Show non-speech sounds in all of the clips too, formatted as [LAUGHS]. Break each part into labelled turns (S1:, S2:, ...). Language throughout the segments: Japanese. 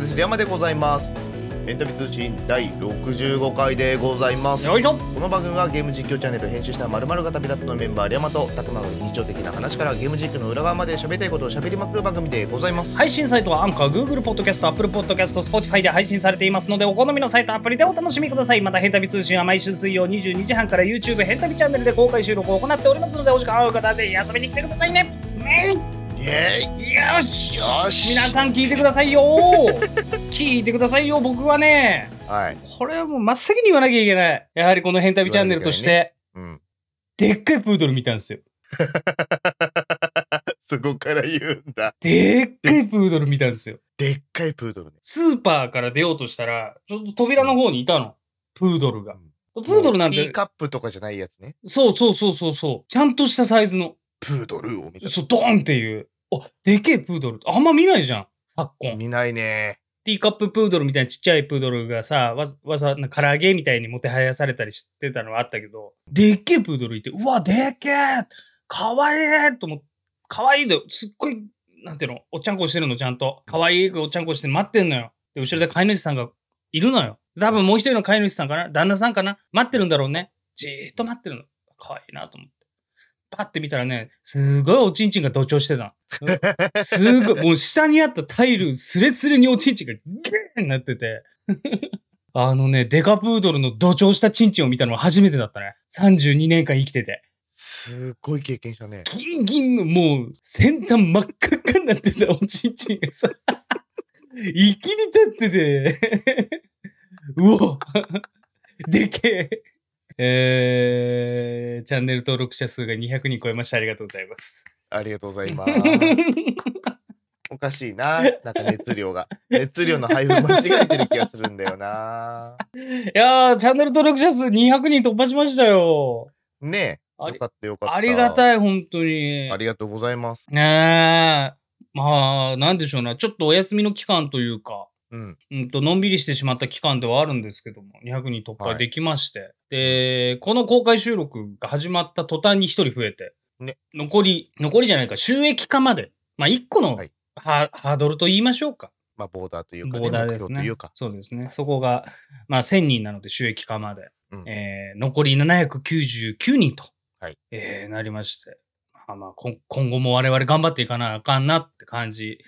S1: ですリアマでございますエンタビ通信第65回でございます
S2: よいしょ
S1: この番組はゲーム実況チャンネル編集したまるまるが旅立ったのメンバーリアマとたくまが日常的な話からゲーム実況の裏側まで喋りたいことを喋りまくる番組でございます
S2: 配信サイトはアンカー、Google ポッドキャスト、Apple ポッドキャスト、Spotify で配信されていますので、お好みのサイト、アプリでお楽しみください。また、ヘンタビ通信は毎週水曜22時半から YouTube ヘンタビチャンネルで公開収録を行っておりますので、お時間合う方はぜひ遊びに来てくださいね。ね
S1: イエー
S2: よし
S1: イよし
S2: 皆さん聞いてくださいよ聞いてくださいよ僕はね、
S1: はい
S2: これはもう真っ先に言わなきゃいけない。やはりこのヘンタビチャンネルとして、
S1: うん
S2: でっかいプードル見たんですよ。
S1: そこから言うんだ
S2: でっかいプードル見たんですよ。
S1: でっかいプードルね
S2: スーパーから出ようとしたら、ちょっと扉の方にいたの。プードルが。プードルなん
S1: もうティー
S2: て、
S1: カップとかじゃないやつね
S2: そうそうそうそうそう。ちゃんとしたサイズの。
S1: プードルを見た
S2: そう、ドーンっていう。あ、でけえプードル。あんま見ないじゃん。昨今。
S1: 見ないね
S2: ティーカッププードルみたいなちっちゃいプードルがさ、わざわざなんか唐揚げみたいにもてはやされたりしてたのはあったけど、でっけえプードルいて、うわ、でっけえかわいいと思って、かわいいだよ。すっごい、なんていうの、おっちゃんこしてるの、ちゃんと。かわいいおっちゃんこして待ってんのよ。で、後ろで飼い主さんがいるのよ。多分もう一人の飼い主さんかな旦那さんかな待ってるんだろうね。じーっと待ってるの。かわいいなと思って。パッて見たらね、すごいおちんちんが同調してたの。すごい、もう下にあったタイル、スレスレにおちんちんがギューンなってて。あのね、デカプードルの土壌したチンチンを見たのは初めてだったね。32年間生きてて。
S1: すっごい経験したね
S2: ギンギンの、もう、先端真っ赤っかになってたおちんちんがさ、生きり立ってて、うおでけえ。えー、チャンネル登録者数が200人超えました。ありがとうございます。
S1: ありがとうございますおかしいななんか熱量
S2: [LAUGHS]
S1: が熱量の配分間違えてる気がするんだよない
S2: やー、チャンネル登録者数200人突破しましたよ。
S1: ね
S2: あ
S1: え
S2: り
S1: よかったよかった
S2: ありがたい、本当に
S1: あ。りがとうございます
S2: ねえ。まあ、なんでしょうな。ちょっとお休みの期間というか、
S1: うん
S2: うんと、のんびりしてしまった期間ではあるんですけども、200人突破できまして。で、この公開収録が始まった途端に1人増えて、
S1: ね
S2: 残り、残りじゃないか、収益化まで。まあ、1個の
S1: はい
S2: ハ,、ハードルと言いましょうか。
S1: まあボーダーというか、ね、
S2: ボーダーです
S1: 目標
S2: ね
S1: というか。
S2: そうですね。そこが、まあ、1000人なので収益化まで。
S1: うん
S2: えー残り799人と、
S1: はい
S2: えーなりまして、まあまあ、こん今後も我々頑張っていかなあかんなって感じ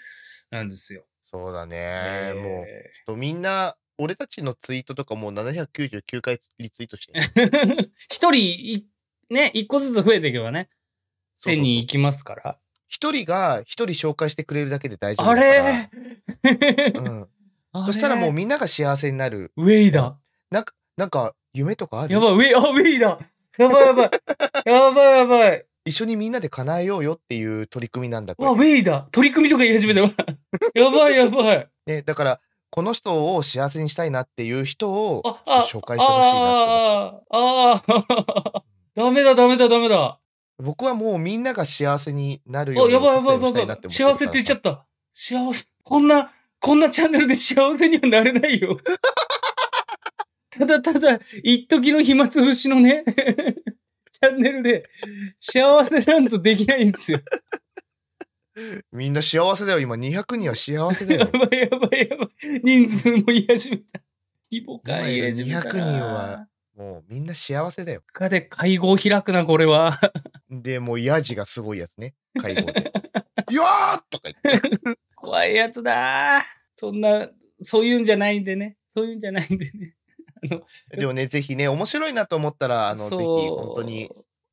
S2: なんですよ。
S1: そうだね、
S2: えー
S1: もうとみんな俺たちのツイートとかもう799回リツイートして
S2: [LAUGHS] 一人い、ね、一個ずつ増えていけばね、
S1: そうそう
S2: 1000人いきますから。
S1: 一人が一人紹介してくれるだけで大丈夫
S2: あ
S1: だから [LAUGHS]
S2: れ
S1: うん、
S2: [LAUGHS] あれ
S1: そしたらもうみんなが幸せになる
S2: ウェイだ。
S1: なんかなんか夢とかある
S2: やばい、ウェイ、あ、ウェイだ。やばいやばい。やばいやばい。
S1: 一緒にみんなで叶えようよっていう取り組みなんだ
S2: わ、ウ
S1: こ
S2: ェイだ。取り組みとか言い始めたわ。やばいやばい。
S1: れ、ね、だからこの人を幸せにしたいなっていう人を
S2: あ、あ、
S1: ちょっと紹介してほしいなって
S2: あーあー、ダメだ、ダメだ、ダメだ。
S1: 僕はもうみんなが幸せになる
S2: あ、
S1: ように
S2: やばい、やばい、
S1: お手伝をし
S2: や
S1: た
S2: ばい
S1: いな
S2: や
S1: っ
S2: ば
S1: て
S2: い。
S1: 思
S2: 幸
S1: ってるか
S2: せって
S1: ら
S2: 言っちゃった。幸せ。こんな、こんなチャンネルで幸せにはなれないよ。ただただ、一時の暇つぶしのね、チャンネルで幸せなんぞできないんですよ。
S1: みんな幸せだよ今200人は幸せだ
S2: や
S1: よ
S2: [LAUGHS] ばいやばいやばい。人数も言い始めた。規模感言い始めたな。
S1: 200人は。もうみんな幸せだよ
S2: かで会合開くな、これは。
S1: で、もう、ヤジがすごいやつね。会合
S2: [LAUGHS]
S1: で。よーっとか言って。
S2: 怖いやつだーそんな、そういうんじゃないんでね。そういうんじゃないんでね。
S1: でもね、ぜひね、面白いなと思ったら、あの、ぜ
S2: そ
S1: ひ、
S2: う
S1: 本当に、。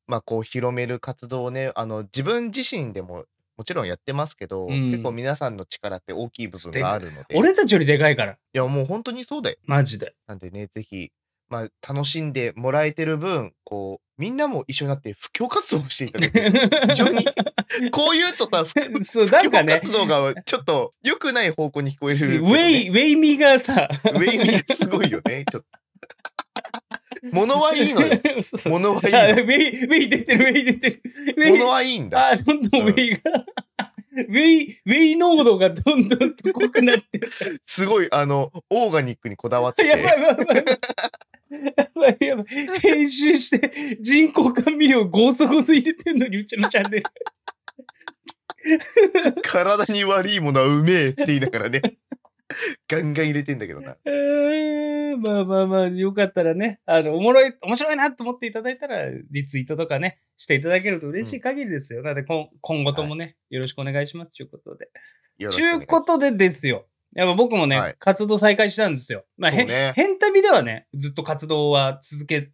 S1: まあ、こう、広める活動をね、あの、自分自身でも、もちろんやってますけど、
S2: うん
S1: 結構皆さんの力って大きい部分があるので。い
S2: 俺たちよりでかいから。
S1: や、もう本当にそうだよ。
S2: マジで。
S1: なんでね、ぜひ、まあ、楽しんでもらえてる分、こう、みんなも一緒になって、布教活動をしていた
S2: [LAUGHS]
S1: だいて、非常に、こう言うとさ、布教
S2: そう、 [LAUGHS] なんかね、
S1: 活動がちょっと良くない方向に聞こえるけ
S2: ウ
S1: どね、
S2: ェイ、ウェイミーがさ、
S1: ウェイミーすごいよね。ちょっと。物はいいのよ。
S2: [LAUGHS] そうそう
S1: 物はい
S2: あ
S1: い
S2: ウェイ、ウェイ出てる、ウェイ出てる。ウ
S1: の。
S2: ェ
S1: 物
S2: イ、
S1: はいいんだ。
S2: あ、どんどんウェイが。ウェイ、ウェイ濃度がどんどんと濃くなって。
S1: すごい、あの、オーガニックにこだわって
S2: [LAUGHS] やばい
S1: て、
S2: やばいやばい。やばいやばい。編集して人工甘味料ゴソゴソ入れてんのにうちのチャンネル。 [LAUGHS]
S1: 体に悪いものはうめえって言いながらね、ガンガン入れてんだけどな。
S2: えーまあまあまあ、よかったらね、あの、おもろい、面白いなと思っていただいたら、リツイートとかね、していただけると嬉しい限りですよ。なので、今今後ともね、よろしくお願いします、ということで。
S1: よろし
S2: ち
S1: くお
S2: ゅ
S1: 願いう
S2: ことでですよ。やっぱ僕もね、
S1: はい
S2: 活動再開したんですよ。まあ、へ
S1: そうね
S2: 変旅ではね、ずっと活動は続け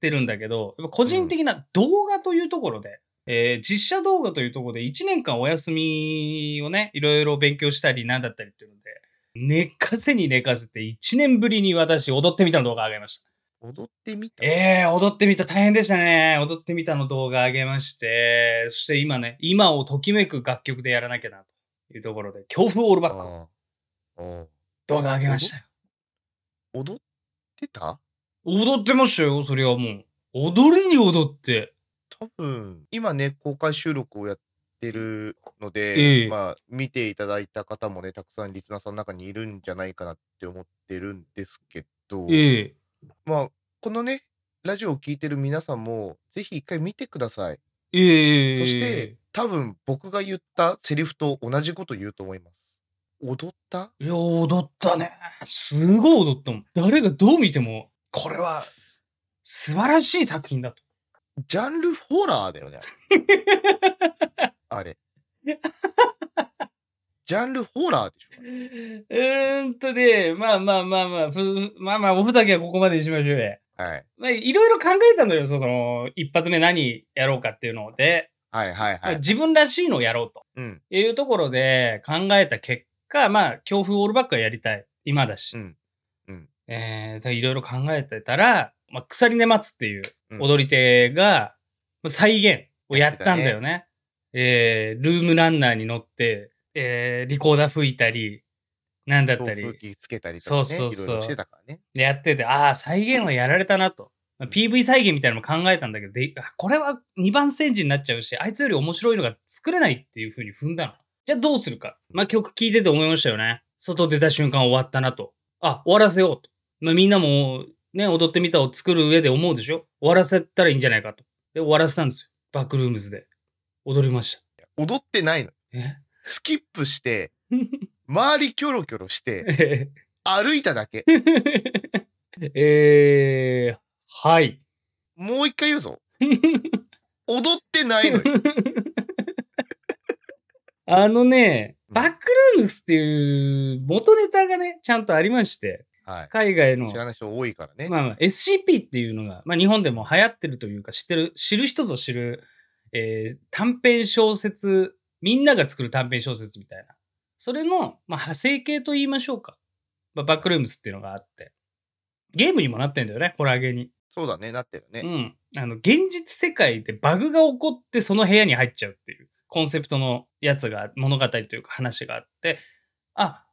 S2: てるんだけど、やっぱ個人的な動画というところで、えー実写動画というところで1年間お休みをね、いろいろ勉強したりなんだったりっていうので、寝かせに寝かせて1年ぶりに私踊ってみたの動画上げました。
S1: 踊ってみた。
S2: ええ踊ってみた大変でしたね。踊ってみたの動画上げまして、そして今ね、今をときめく楽曲でやらなきゃなというところで、強風オールバックを
S1: ああああ
S2: 動画上げましたよ。
S1: 踊ってた
S2: 踊ってましたよ、それはもう。踊りに踊って。
S1: 多分今ね公開収録をやってるの
S2: え
S1: で、
S2: え
S1: まあ見ていただいた方もねたくさんリスナーさんの中にいるんじゃないかなって思ってるんですけど、
S2: ええ
S1: まあこのねラジオを聞いてる皆さんもぜひ一回見てください、
S2: ええ
S1: そして、多分僕が言ったセリフと同じこと言うと思います踊った
S2: いや、踊ったね。すごい踊ったもん。誰がどう見ても、これは、素晴らしい作品だと。
S1: ジャンルホラーだよ
S2: [LAUGHS]
S1: ねあれジャンルホラーでしょ
S2: うーんとで、まあまあまあまあ、ふまあまあ、おふざけはここまでにしましょうよ。
S1: はい
S2: まあ、いろいろ考えたのよ、その、一発目何やろうかっていうので、
S1: はいはい
S2: ま
S1: は
S2: あ
S1: い、
S2: 自分らしいのをやろうと。
S1: うん
S2: いうところで考えた結果、まあ、強風オールバックはやりたい。今だし。
S1: うんうん
S2: えー、いろいろ考えてたら、まあ、鎖根松っていう
S1: うん
S2: 踊り手が、まあ再現をやったんだよね。えー、ルームランナーに乗って、えー、リコーダー吹いたり、なんだった
S1: 送
S2: り
S1: 風、機つけたりとか
S2: そ
S1: ね
S2: うそうそう
S1: いろいろしてたからね。
S2: やってて、ああ、再現はやられたなと。まあ PV 再現みたいなのも考えたんだけど、であこれは2番センチになっちゃうし、あいつより面白いのが作れないっていう風に踏んだの。じゃあどうするか。まあ曲聴いてて思いましたよね。外出た瞬間終わったなと。あ、終わらせようと。まあみんなもね、踊ってみたを作る上で思うでしょ終わらせたらいいんじゃないかと。で、終わらせたんですよ。バックルームズで。踊りまし
S1: 踊ってないの。
S2: た。え [LAUGHS]
S1: スキップして、周りキョロキョロして、
S2: え
S1: 歩いただけ。
S2: ーえー、はい。
S1: もう一回言う
S2: [LAUGHS]
S1: ぞ。踊ってないのよ。
S2: [LAUGHS] あのね、
S1: うん
S2: バックルームスっていう元ネタがね、ちゃんとありまして、
S1: はい。
S2: 海外の
S1: 知、らない人多いからね。
S2: まあまあ、SCP っていうのが、まあ、日本でも流行ってるというか、知ってる、知る人ぞ知る、えー短編小説、みんなが作る短編小説みたいな。それの、まあ、派生系と言いましょうか。まあ、バックルームスっていうのがあって。ゲームにもなってんだよね、ホラーゲーに。
S1: そうだね、なってる
S2: う
S1: ね。
S2: ん。あの、現実世界でバグが起こってその部屋に入っちゃうっていうコンセプトのやつが、物語というか話があって、あ、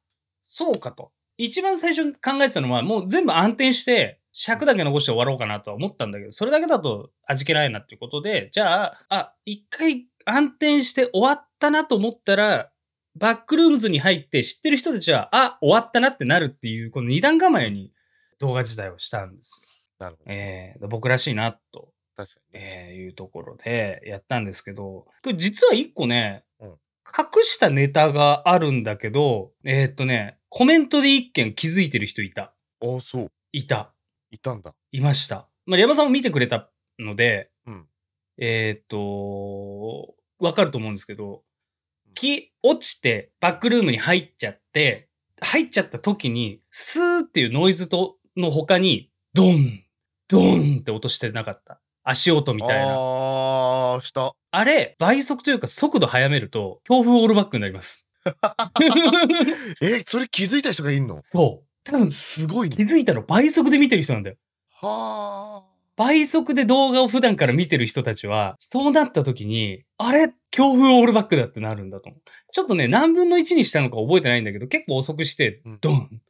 S2: そうかと。一番最初に考えてたのは、もう全部暗転して、尺だけ残して終わろうかなとは思ったんだけど、それだけだと味気ないなっていうことで、じゃあ、あ、一回暗転して終わったなと思ったら、バックルームズに入って知ってる人たちは、あ、終わったなってなるっていう、この二段構えに動画自体をしたんですよ。
S1: なるほど。
S2: えー僕らしいな、と、
S1: 確かにね。
S2: えーいうところでやったんですけど、これ実は一個ね、
S1: うん
S2: 隠したネタがあるんだけど、えーっとね、コメントで一件気づいてる人いた。
S1: ああ、そう。
S2: いた。
S1: いたんだ。
S2: いました。まあ、山さんも見てくれたので、
S1: うん
S2: えーっと、わかると思うんですけど、木落ちてバックルームに入っちゃって、入っちゃった時に、スーっていうノイズと、の他に、ドン、ドンって音してなかった。足音みたいな。あ
S1: ああ、した。
S2: れ、倍速というか速度早めると、強風オールバックにな
S1: [LAUGHS]
S2: ります。
S1: え、それ気づいた人がいんの
S2: そう。多分、
S1: すごい
S2: 気
S1: ね。
S2: づいたの倍速で見てる人なんだよ。
S1: は
S2: 倍速で動画を普段から見てる人たちは、そうなった時に、あれ強風オールバックだってなるんだと思う。ちょっとね、何分の1にしたのか覚えてないんだけど、結構遅くして
S1: うん、
S2: ドン、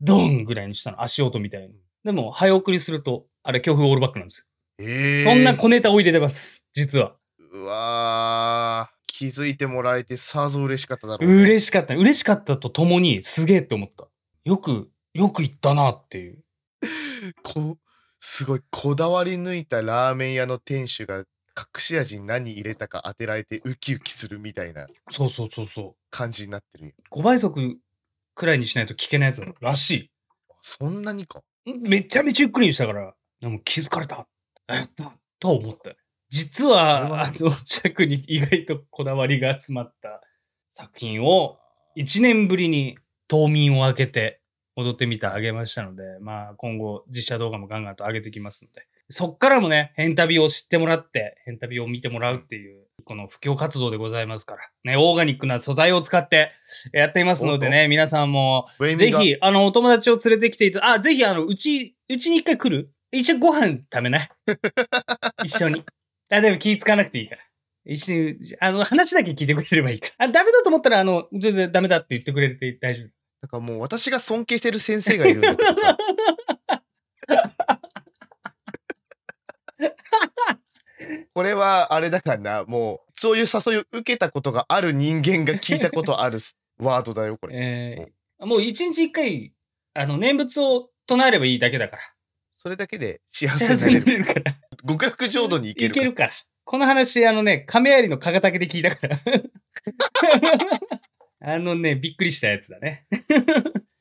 S2: ドンぐらいにしたの。足音みたいに。でも、早送りすると、あれ強風オールバックなんです
S1: あ。え
S2: よ。
S1: え。
S2: そんな小ネタを入れてます。実は。
S1: うわー気づいてもらえてさぞ嬉しかっただろうね。
S2: 嬉しかった。嬉しかったとともに、すげえって思った。よく、よく言ったなっていう。
S1: こすごいこだわり抜いたラーメン屋の店主が隠し味に何入れたか当てられてウキウキするみたいな
S2: そうそうそうそう。
S1: 感じになってるよ
S2: 5倍速くらいにしないと聞けないやつだったらし
S1: そんなにか。
S2: い。めちゃめちゃゆっくりにしたから、でも気づかれた。あやったとは思った。実
S1: それ
S2: は、
S1: は
S2: あの、尺に意外とこだわりが詰まった作品を、1年ぶりに冬眠を開けて踊ってみたあげましたので、まあ今後実写動画もガンガンと上げてきますので、そっからもね、変旅を知ってもらって、変旅を見てもらうっていう、この布教活動でございますから、ね、オーガニックな素材を使ってやっていますのでね、皆さんも
S1: ウェイミ
S2: ぜ
S1: ーが
S2: ひ、あの、お友達を連れてきていた、あ、ぜひ、あの、うち、うちに一回来る一緒にご飯食
S1: [LAUGHS]
S2: べない一緒に。あ、でも気ぃつかなくていいから。一緒に、あの、話だけ聞いてくれればいいから。あ、ダメだと思ったら、あの、全然ダメだって言ってくれて大丈夫。
S1: なんかもう私が尊敬してる先生がいるんだけどさ。これはあれだからな、もうそういう誘いを受けたことがある人間が聞いたことある [LAUGHS] すワードだよ、これ。
S2: えーもう一日一回、あの、念仏を唱えればいいだけだから。
S1: それだけで幸
S2: 幸
S1: せ
S2: せ
S1: に
S2: に
S1: な
S2: な
S1: れる。
S2: れるから。
S1: 極楽浄土に行ける
S2: いけるから。この話、あのね、亀有のかがたけで聞い
S1: [LAUGHS]
S2: たから。あのね、びっくりしたやつだ
S1: [LAUGHS]
S2: ね。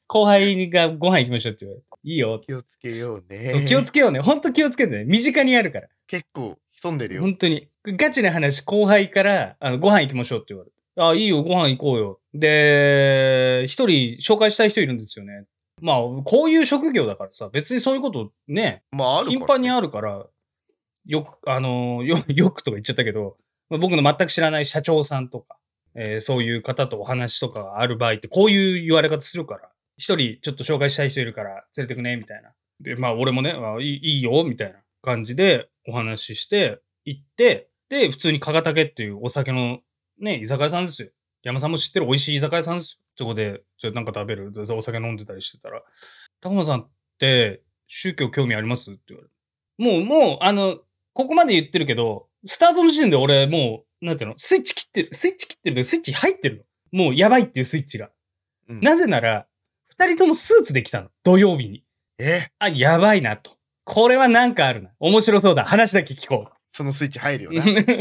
S2: 後輩がご飯行きましょうって言われて。いいよ。
S1: 気をつけようね。
S2: そう気をつけようね。ほんと気をつけてね。身近にあるから。
S1: 結構潜んでるよ。
S2: 本当に。ガチな話、後輩から、あの、ご飯行きましょうって言われて。あ、いいよ、ご飯行こうよ。で、一人紹介したい人いるんですよね。まあ、こういう職業だからさ、別にそういうことね、
S1: まああるから、
S2: 頻繁にあるから、よく、あのーよ、よくとか言っちゃったけど、まあ僕の全く知らない社長さんとか、えーそういう方とお話とかがある場合って、こういう言われ方するから、一人ちょっと紹介したい人いるから連れてくね、みたいな。で、まあ俺もね、あいいいいよ、みたいな感じでお話しして、行って、で、普通に加賀竹っていうお酒のね、居酒屋さんですよ。山さんも知ってる美味しい居酒屋さんですよ。そこで、じゃあなんか食べるでお酒飲んでたりしてたら、高間さんって宗教興味ありますって言われる。もう、もう、あの、ここまで言ってるけど、スタートの時点で俺もう、なんていうの、スイッチ切ってる、スイッチ切ってるけど、スイッチ入ってるの。もうやばいっていうスイッチが。
S1: うん
S2: なぜなら、二人ともスーツで来たの。土曜日に。
S1: え
S2: あ、やばいなと。これはなんかあるな。面白そうだ。話だけ聞こう。
S1: そのスイッチ入るよな。
S2: [LAUGHS]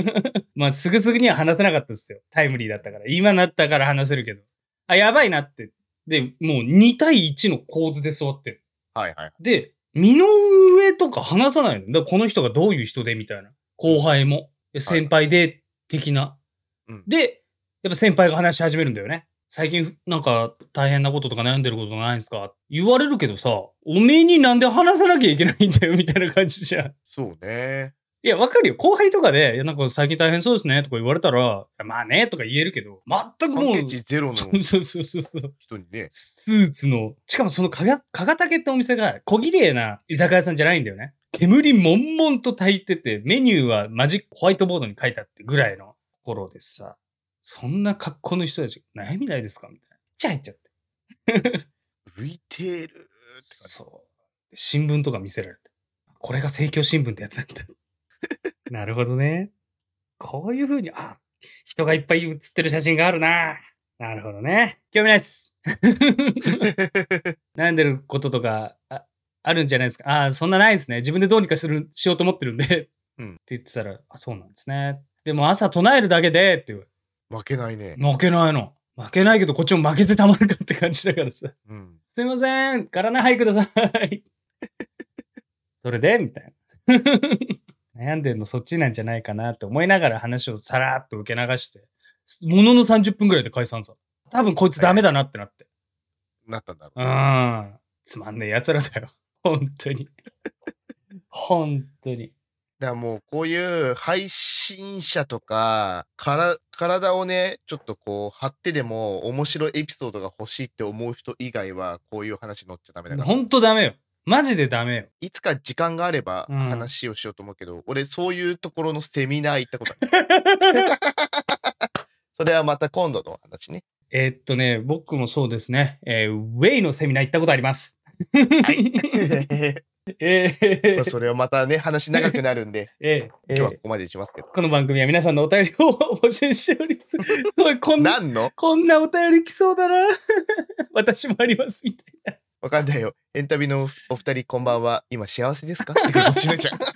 S2: まあ、すぐすぐには話せなかったですよ。タイムリーだったから。今なったから話せるけど。あ、やばいなって。で、もう2対1の構図で座ってる。
S1: はいはい。
S2: で、身の上とか話さないの。だからこの人がどういう人でみたいな。後輩も。で先輩で、的な。
S1: うん
S2: で、やっぱ先輩が話し始めるんだよね。最近なんか大変なこととか悩んでることないんですか言われるけどさ、おめえになんで話さなきゃいけないんだよ [LAUGHS] みたいな感じじゃん。
S1: そうね。
S2: いや、わかるよ。後輩とかで、いや、なんか最近大変そうですね、とか言われたら、いやまあね、とか言えるけど、全くも
S1: 関係
S2: う、
S1: 値ゼロの
S2: [LAUGHS] そうそうそうそうそう、
S1: 人にね。
S2: スーツの、しかもそのかが、かがたけってお店が、小綺麗な居酒屋さんじゃないんだよね。煙もんもんと炊いてて、メニューはマジックホワイトボードに書いてあってぐらいの心でさ、そんな格好の人たち、悩みないですかみたいな。ちゃいっちゃって。
S1: 浮いてる。 [LAUGHS]
S2: そう。新聞とか見せられて。これが政教新聞ってやつなんだ。なるほどね。こういうふうに、あ、人がいっぱい写ってる写真があるな。なるほどね。興味ないっす。悩んでることとかああるんじゃないですか。あそんなないですね。自分でどうにかするしようと思ってるんで。
S1: うん
S2: って言ってたら、あ、そうなんですね。でも朝唱えるだけでっていう。
S1: 負けないね。
S2: 負けないの。負けないけど、こっちも負けてたまるかって感じだからさ。
S1: うん。
S2: すいません、体ナハイください。それでみたいな。悩んでるのそっちなんじゃないかなって思いながら話をさらっと受け流して、すものの30分ぐらいで解散さ。多分こいつダメだなってなって。
S1: なったんだろう
S2: う
S1: ね。
S2: ん。つまんねえ奴らだよ。 [LAUGHS] 本当に。本当に。
S1: だからもうこういう配信者とかから体をねちょっとこう張ってでも面白いエピソードが欲しいって思う人以外はこういう話乗っちゃダメだから
S2: 本当ダメよ。マジでダメよ。
S1: いつか時間があれば
S2: うん
S1: 話をしようと思うけど、俺そういうところのセミナー行ったことある
S2: [LAUGHS]
S1: それはまた今度の話ね
S2: えーっとね、僕もそうですね。えーウェイのセミナー行ったことあります。
S1: はい
S2: えー
S1: まあそれはまたね話長くなるんで
S2: えー [LAUGHS]
S1: 今
S2: え
S1: 日
S2: ー
S1: はここまでにしますけど、
S2: この番組は皆さんのお便りを募集しており [LAUGHS] ます。おいこんな、
S1: 何の
S2: こんなお便り来そうだな。 [LAUGHS] 私もあります、みたい
S1: わかんないよエンタビのお二人こんばんは今幸せですかってことしなちゃん
S2: な。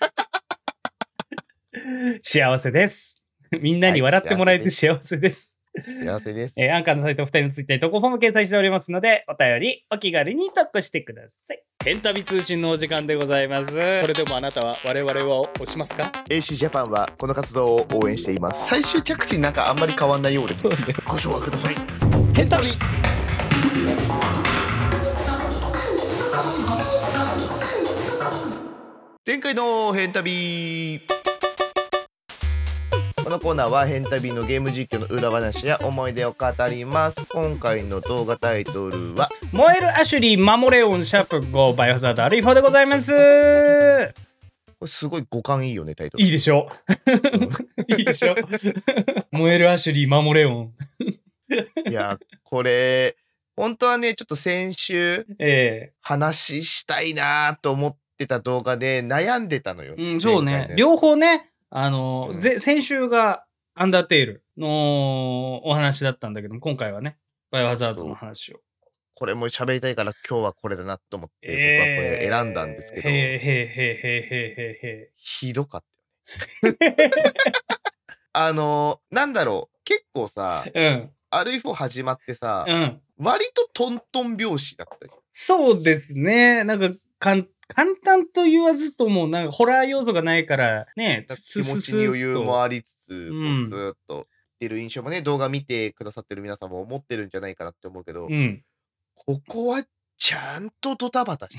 S2: 幸せです。みんなに笑ってもらえて幸せです。 [LAUGHS]
S1: 幸せです。
S2: えーアンカーのサイトお二人のツイッターに投稿フォーム掲載しておりますので、お便りお気軽に投稿してください。エンタビ通信のお時間でございます。
S3: それでもあなたは我々は押しますか
S1: AC ジャパンはこの活動を応援しています。最終着地なんかあんまり変わんないようで。ご紹介ください。
S3: ヘンタビ
S1: 前回の変旅このコーナーは変旅のゲーム実況の裏話や思い出を語ります。今回の動画タイトルは
S2: 燃えるアシュリー、守れオン、シャープ5、バイオハザード、アルイフォでございます。い
S1: これすごい五感いいよねタイトル。
S2: いでし [LAUGHS] ょいいでしょ燃えるアシュリー、守れオン。
S1: いやこれ本当はねちょっと先週
S2: え
S1: 話したいなと思ってた動画で悩んでたのよ。
S2: えうん、そう
S1: 前
S2: ね。
S1: 回
S2: 両方ね、あの、
S1: うん
S2: ぜ先週がアンダーテイルのお話だったんだけども、今回はね、バイオハザードの話を。
S1: これも喋りたいから今日はこれだなと思って僕はこれ選んだんですけど、
S2: ええへえへえへえへえへえへえ。
S1: ひどかった [LAUGHS] よね。あのなんだろう結構さ
S2: うん。
S1: アルイフォ始まってさ、
S2: うん。
S1: 割とトントン拍子だったよ
S2: そうですね。なんか、かん、簡単と言わずとも、なんか、ホラー要素がないから、ね、
S1: 気持ちに余裕もありつつ、こ
S2: うん
S1: うずーっと出る印象もね、動画見てくださってる皆さんも思ってるんじゃないかなって思うけど、
S2: うん。
S1: ここはちゃんとドタバタして、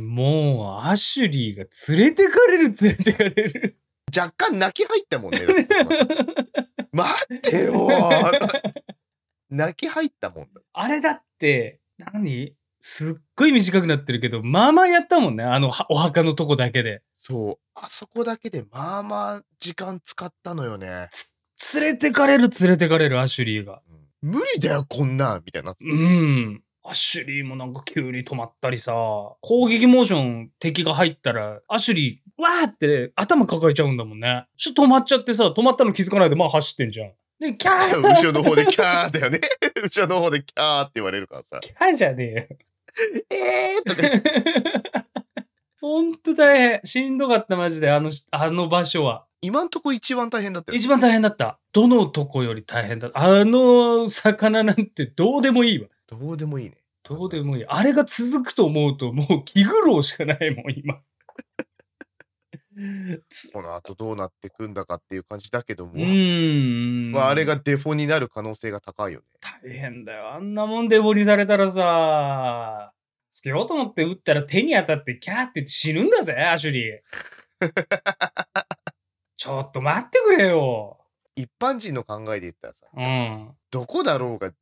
S2: もう、アシュリーが連れてかれる、 [LAUGHS] 連れてかれる。 [LAUGHS]
S1: 若干泣き入ったもんね。だって待ってよー泣き入ったもんだ。
S2: あれだって、何すっごい短くなってるけど、まあまあやったもんね。あの、はお墓のとこだけで。
S1: そう、あそこだけでまあまあ時間使ったのよね。
S2: 連れてかれる、連れてかれる、アシュリーが。
S1: うん無理だよ、こんなんみたいな。
S2: うん。アシュリーもなんか急に止まったりさ、攻撃モーション敵が入ったら、アシュリー、わーって、頭抱えちゃうんだもんね。ちょっと止まっちゃってさ、止まったの気づかないで、まあ走ってんじゃん。で、キ
S1: [LAUGHS]
S2: ャー
S1: 後ろの方でキャーだよね。 [LAUGHS] 後ろの方でキャーって言われるからさ。
S2: キャーじゃね
S1: えーとか
S2: えよ。 [LAUGHS] ほんと大変。しんどかった、マジで、あのし、あの場所は。
S1: 今んとこ一番大変だったよ。
S2: 一番大変だった。どのとこより大変だった。あの魚なんてどうでもいいわ。
S1: どうでもいいね。
S2: どうでもいい。あれが続くと思うと、もう気苦労しかないもん、
S1: [LAUGHS]
S2: 今。
S1: この後どうなってくんだかっていう感じだけども、
S2: うーん。
S1: まあ、あれがデフォになる可能性が高いよね。
S2: 大変だよ。あんなもんデボにされたらさ、つけようと思って撃ったら手に当たってキャーって言って死ぬんだぜ、アシュリ
S1: [LAUGHS]
S2: ー。ちょっと待ってくれよ。
S1: 一般人の考えで言ったらさ、
S2: うん。
S1: どこだろうが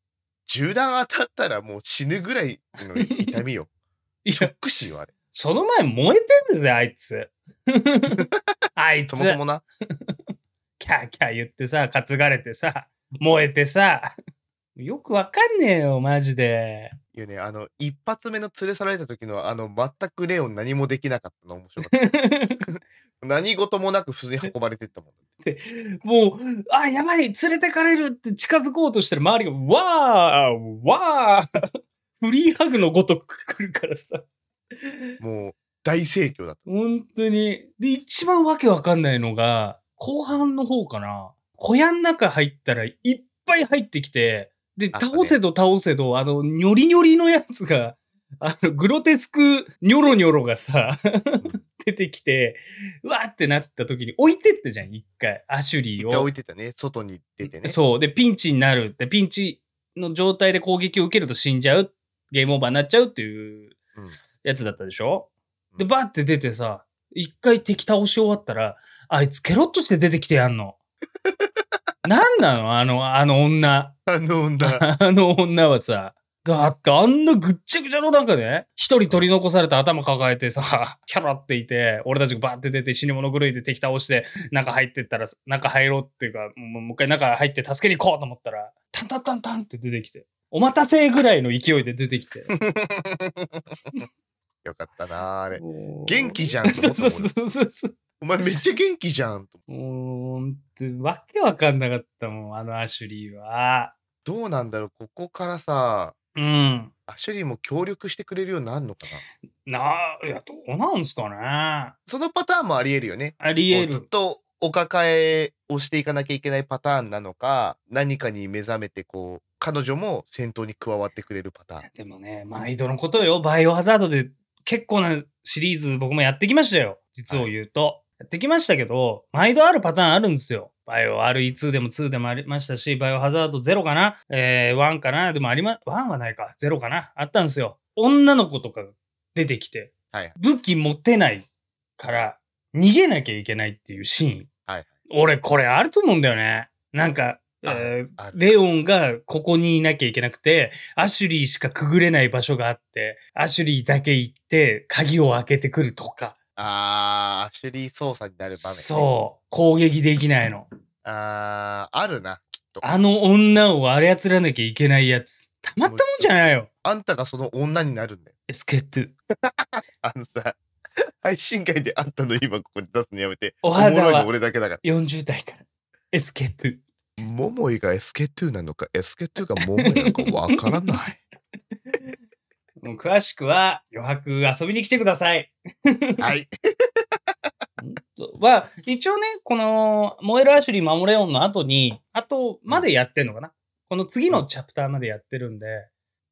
S1: 銃弾当たったらもう死ぬぐらいの痛みよ。
S2: [LAUGHS] い
S1: ショ
S2: や
S1: ッ、ク死よ、あれ。
S2: その前燃えてんだぜ、あ
S1: [LAUGHS]
S2: いつ。あい
S1: そ
S2: つ。
S1: もそもな。
S2: キャーキャー言ってさ、担がれてさ、燃えてさ、よくわかんねえよ、マジで。
S1: いやね、あの、一発目の連れ去られた時の、あの、全くレオン何もできなかったの面白かった。
S2: [LAUGHS]
S1: 何事もなく普通に運ばれてったもん。
S2: もう、あ、やばい、連れてかれるって近づこうとしたら周りが、わー、わー、フリーハグのごとく来るからさ。
S1: もう、大盛況だった。
S2: 本当に。で、一番わけわかんないのが、後半の方かな。小屋の中入ったらいっぱい入ってきて、で、
S1: あったね
S2: 倒せど倒せど、あの、ニョリニョリのやつが、あの、グロテスクニョロニョロがさ、 [LAUGHS] 出てきて、うわーってなった時に置いてったじゃん、一回、アシュリ
S1: 一
S2: ーを。
S1: 回置いてたね。外に出てね。
S2: そう。で、ピンチになるって、ピンチの状態で攻撃を受けると死んじゃう、ゲームオーバーになっちゃうってい
S1: う
S2: う
S1: ん
S2: やつだったでしょ、
S1: うん
S2: で、バーって出てさ、一回敵倒し終わったら、あいつケロッとして出てきてや
S1: [LAUGHS]
S2: んの。なんなのあの、あの女。
S1: あの
S2: [LAUGHS]
S1: 女。
S2: あの女はさ。だってあんなぐっちゃぐちゃの中で、一人取り残された頭抱えてさ、キャラっていて、俺たちがバーって出て死に物狂いで敵倒して、中入ってったら、中入ろうっていうか、もうもう一回中入って助けに行こうと思ったら、タンタンタンタンって出てきて、お待たせぐらいの勢いで出てきて。
S1: よかったなあれ。
S2: 元
S1: 元気じゃんと
S2: そ
S1: 思
S2: う
S1: った
S2: そ
S1: も
S2: うんそうそうそうそう。
S1: お前めっちゃ元気じゃんと。
S2: もう、ほんとわけわかんなかったもん、あのアシュリーは。
S1: どうなんだろうここからさ、
S2: うん。
S1: アシュリーも協力してくれるようになるのかな
S2: なあ、いや、どうなんすかね。
S1: そのパターンもありえるよね。
S2: あり
S1: も
S2: え
S1: うずっ
S2: る。
S1: とお抱えをしていかなきゃいけないパターンなのか何かに目覚めてこう彼女も戦闘に加わってくれるパターン
S2: [LAUGHS] でもね、毎度のことよ。バイオハザードで結構なシリーズ僕もやってきましたよ。実を言うと。やってきましたけど、毎度あるパターンあるんですよ。バイオ RE2 でも2でもありましたし、バイオハザード0かなえー、1かなでもありま、1はないか。0かなあったんですよ。女の子とかが出てきて、
S1: はい
S2: 武器持てないから逃げなきゃいけないっていうシーン。
S1: はい
S2: 俺、これあると思うんだよね。なんか、
S1: あ
S2: えー
S1: ある
S2: レオンがここにいなきゃいけなくて、アシュリーしかくぐれない場所があって、アシュリーだけ行って、鍵を開けてくるとか。
S1: あーアシュリー操作になる場面ね、
S2: そう。攻撃できないの。
S1: あーあるなきっと
S2: あの女を操らなきゃいけないやつ。たまったもんじゃないよ。
S1: あんたがその女になるんだよ
S2: エスケット。
S1: あのさ配信会であったの今ここで出すのやめて
S2: お
S1: おも
S2: 肌
S1: ろいの
S2: は
S1: 俺だけだから
S2: 40代から。エスケット。
S1: モモイが SK2 なのか SK2 がモモイなのかわからない
S2: [LAUGHS] もう詳しくは、余白遊びに来てください。
S1: はい
S2: は、一応ね、この、燃えるアシュリー守れオンの後に、あと、までやってんのかな、この次のチャプターまでやってるんで、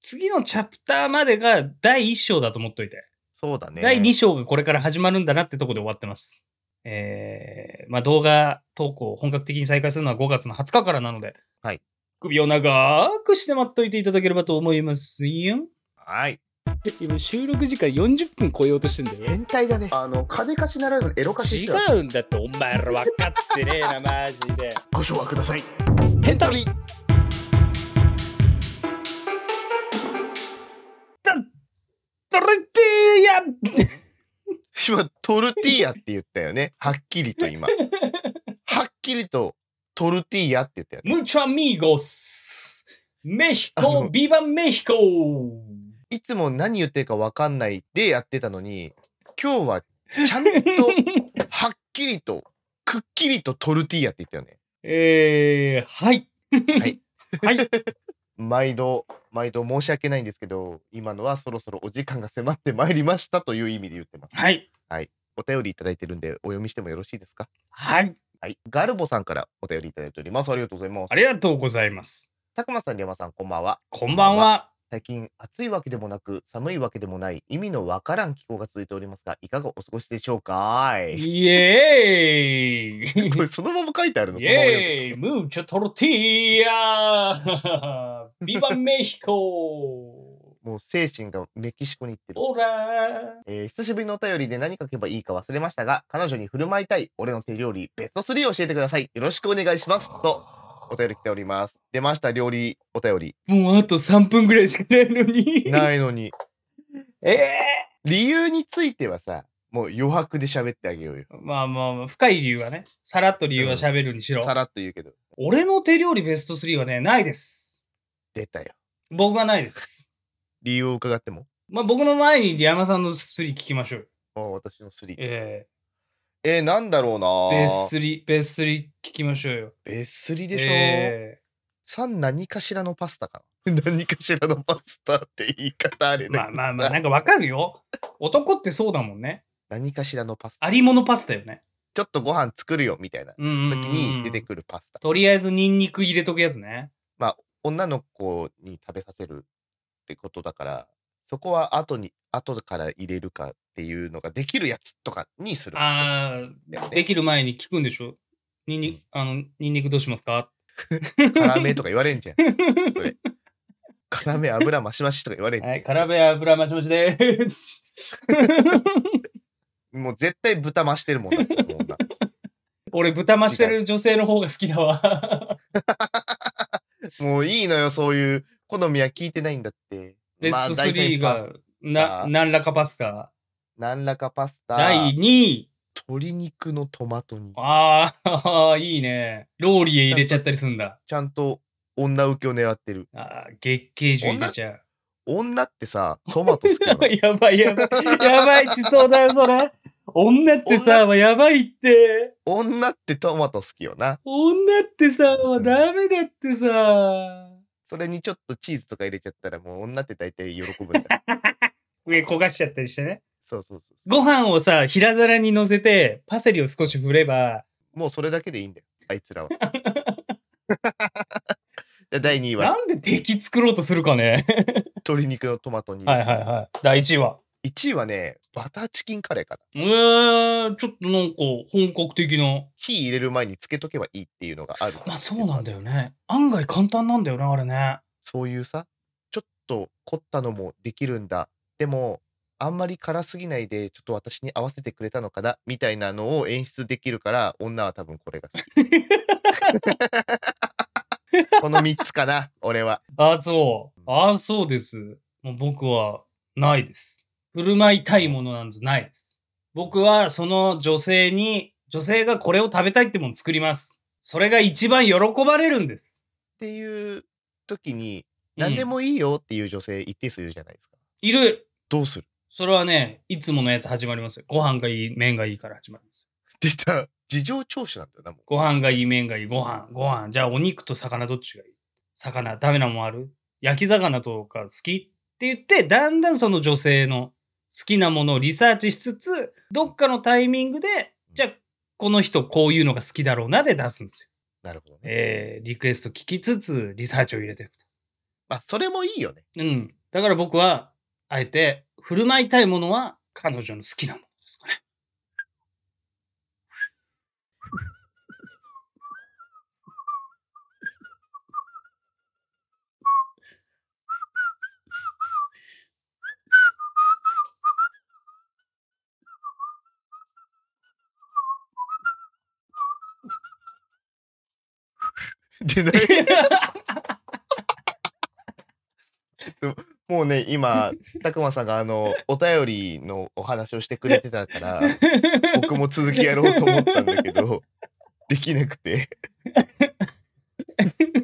S2: 次のチャプターまでが第1章だと思っといて、
S1: そうだね
S2: 第2章がこれから始まるんだなってとこで終わってます。えー、まあ動画投稿を本格的に再開するのは5月の20日からなので、
S1: はい。
S2: 首を長くして待っといていただければと思いますよ。
S1: はい
S3: 今収録時間40分超えようとしてんだよ
S1: 変態だねあの金貸しならぬエロ貸し
S3: 違うんだってお前ら分かってねえなマジで
S1: ご唱和ください
S3: ヘンタロリ
S2: トルティーヤ
S1: 今トルティーヤって言ったよねはっきりと今はっきりとトルティーヤって言ったよね
S2: ムチャミーゴスメヒ
S1: あ
S2: コ
S1: の
S2: ビバメヒコ
S1: いつも何言ってるかわかんないでやってたのに今日はちゃんとはっきりとくっきりとトルティーヤって言ったよね
S2: えー、はい。
S1: はい。
S2: はい。
S1: 毎度毎度申し訳ないんですけど今のはそろそろお時間が迫ってまいりましたという意味で言ってます
S2: はい。
S1: お便りいただいてるんでお読みしてもよろしいですか
S2: はい。
S1: はいガルボさんからお便りいただいておりますありがとうございます
S2: ありがとうございます。
S1: たくまさんりまさんこんばんは
S2: こんばんは。
S1: 最近暑いわけでもなく寒いわけでもない意味のわからん気候が続いておりますがいかがお過ごしでしょうかい
S2: イエーイ
S1: [LAUGHS] これそのまま書いてあるの
S2: イ
S1: そのまま読む
S2: エーイムーチョトルティーヤビバメヒコ
S1: もう精神がメキシコに行ってる、
S2: オラ
S1: えー久しぶりのお便りで何書けばいいか忘れましたが彼女に振る舞いたい俺の手料理ベスト3を教えてくださいよろしくお願いしますとお便り来ております出ました料理お便り
S2: もうあと3分ぐらいしかないのに。
S1: ないのに
S2: え
S1: 理由についてはさもう余白で喋ってあげようよ
S2: ー、まあまあまあ、深い理由はね、さらっと理由は喋るにしろ。
S1: さらっと言うけど
S2: 俺の手料理ベスト3はね、ないです。
S1: 出たよ
S2: 僕はないです。
S1: 理由を伺っても
S2: まあ、僕の前に山さんの3聞きましょう。
S1: もう私の3
S2: え
S1: えー、なんだろうな
S2: えベスト3、ベスト3聞きましょうよ。
S1: ベースリでしょ、
S2: え
S1: 三何かしらのパスタかな [LAUGHS] 何かしらのパスタって言い方あれ
S2: え
S1: だけど
S2: まあまあまあ、
S1: さ
S2: なんかわかるよ。男ってそうだもんね。
S1: 何かしらのパスタ
S2: ありものパスタよね。
S1: ちょっとご飯作るよみたいな
S2: うんうんうんうん、
S1: 時に出てくるパスタ、
S2: とりあえずニンニク入れとくやつね。
S1: 女の子に食べさせるってことだからそこは後に後から入れるかっていうのができるやつとかにする
S2: あ
S1: だよ
S2: あ、
S1: ね
S2: できる前に聞くんでしょニンニク、あの、ニンニクどうしますか
S1: 辛めとか言われんじゃんそれ辛め油増し増しとか言われんじゃん
S2: はい、辛め油マシマシで
S1: [LAUGHS]
S2: ーす。
S1: もう絶対豚増してるもんだって思うんだ
S2: 俺、豚増してる女性の方が好きだ
S1: [LAUGHS]
S2: わ。
S1: もういいのよそういう好みは聞いてないんだって
S2: ベスト
S1: まあ第
S2: 3
S1: 三
S2: が、な、何らかパスタ。
S1: 何らかパスタ
S2: 第2位。
S1: 鶏肉のトマト煮
S2: ああ、いいね。ローリエ入れちゃったりすんだ。
S1: ちゃんと女受けを狙ってる
S2: あー月桂樹入れちゃう。
S1: 女ってさトマト好きなの
S2: [LAUGHS] やばいやばい。やばいしそうだよ、それ。女ってさ、やばいって。
S1: 女ってトマト好きよな
S2: 女ってさ、ダメだってさ。
S1: それにちょっとチーズとか入れちゃったらもう女って大体喜ぶん
S2: [LAUGHS]
S1: だ
S2: 上焦がしちゃったりしてね。
S1: そうそうそうそう
S2: ご飯をさ、平皿に乗せて、パセリを少し振れば、
S1: もうそれだけでいいんだよ、あいつ
S2: [LAUGHS]
S1: らは。で第2位は
S2: なんで敵作ろうとするかね。
S1: 鶏肉のトマト煮。
S2: はいはいはい。第1位は。
S1: 1位はね、バターチキンカレーかな。
S2: えー、ちょっとなんか本格的な。
S1: 火入れる前につけとけばいいっていうのがある。
S2: まあそうなんだよね。案外簡単なんだよね、あれね。
S1: そういうさ、ちょっと凝ったのもできるんだ。でも、あんまり辛すぎないで、ちょっと私に合わせてくれたのかな、みたいなのを演出できるから、女は多分これが好き。
S2: [LAUGHS]
S1: この3つかな、俺は。
S2: あ、そう。あ、そうです。もう僕はないです。振る舞いたいものなんぞないです。僕はその女性に、女性がこれを食べたいってもの作ります。それが一番喜ばれるんです。
S1: っていう時に、
S2: うん
S1: 何でもいいよっていう女性一定数いるじゃないですか。
S2: いる。
S1: どうす [LAUGHS] る
S2: それはね、いつものやつ始まりますよ。ご飯がいい、麺がいいから始まります。
S1: って言ったら、事情聴取なんだよな、もう。
S2: ご飯がいい、麺がいい、ご飯、ご飯。じゃあお肉と魚どっちがいい魚、ダメなもんある焼き魚とか好きって言って、だんだんその女性の好きなものをリサーチしつつ、どっかのタイミングで、じゃあこの人こういうのが好きだろうなで出すんですよ。
S1: なるほどね。
S2: えー、リクエスト聞きつつ、リサーチを入れていくと。
S1: まあ、それもいいよ
S2: [LAUGHS]
S1: ね。
S2: うん。だから僕は、あえて、振る舞いたいものは彼女の好きなものですかね。
S1: でねもうね、今、たくまさんがあの、お便りのお話をしてくれてたから、僕も続きやろうと思ったんだけど、できなく
S2: [LAUGHS]
S1: て。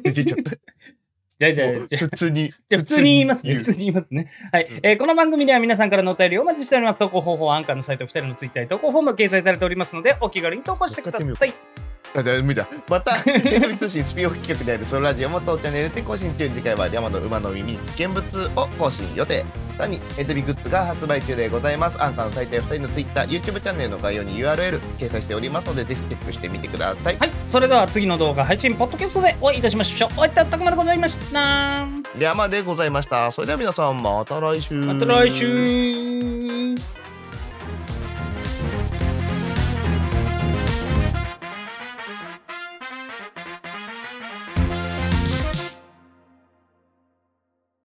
S1: できちゃった。
S2: じゃあじゃあ
S1: もう
S2: じゃあ
S1: 普通に。
S2: [LAUGHS] じゃあ普通に言いますね。
S1: 普
S2: 普
S1: 通
S2: 通
S1: に
S2: に言いますね。はい、
S1: うん
S2: えーこの番組では皆さんからのお便りをお待ちしております。投稿方法はアンカーのサイト、二人のツイッターに投稿フォームが掲載されておりますので、お気軽に投稿してくださ
S1: 使っ
S2: い。
S1: あ、だ無理だ。また、テレビ通信スピンオフ企画であるソロラジオも当チャンネルで更新中次回は山の馬の耳、見物を更新予定。さらに、エトビグッズが発売中でございます。アンカーの大体2人の Twitter、YouTube チャンネルの概要に URL 掲載しておりますので、ぜひチェックしてみてください。
S2: はい、それでは次の動画配信、ポッドキャストでお会いいたしましょう。お会いいたたくまでございました。ま
S1: 山でございました。それでは皆さん、また来週。
S2: た来。週。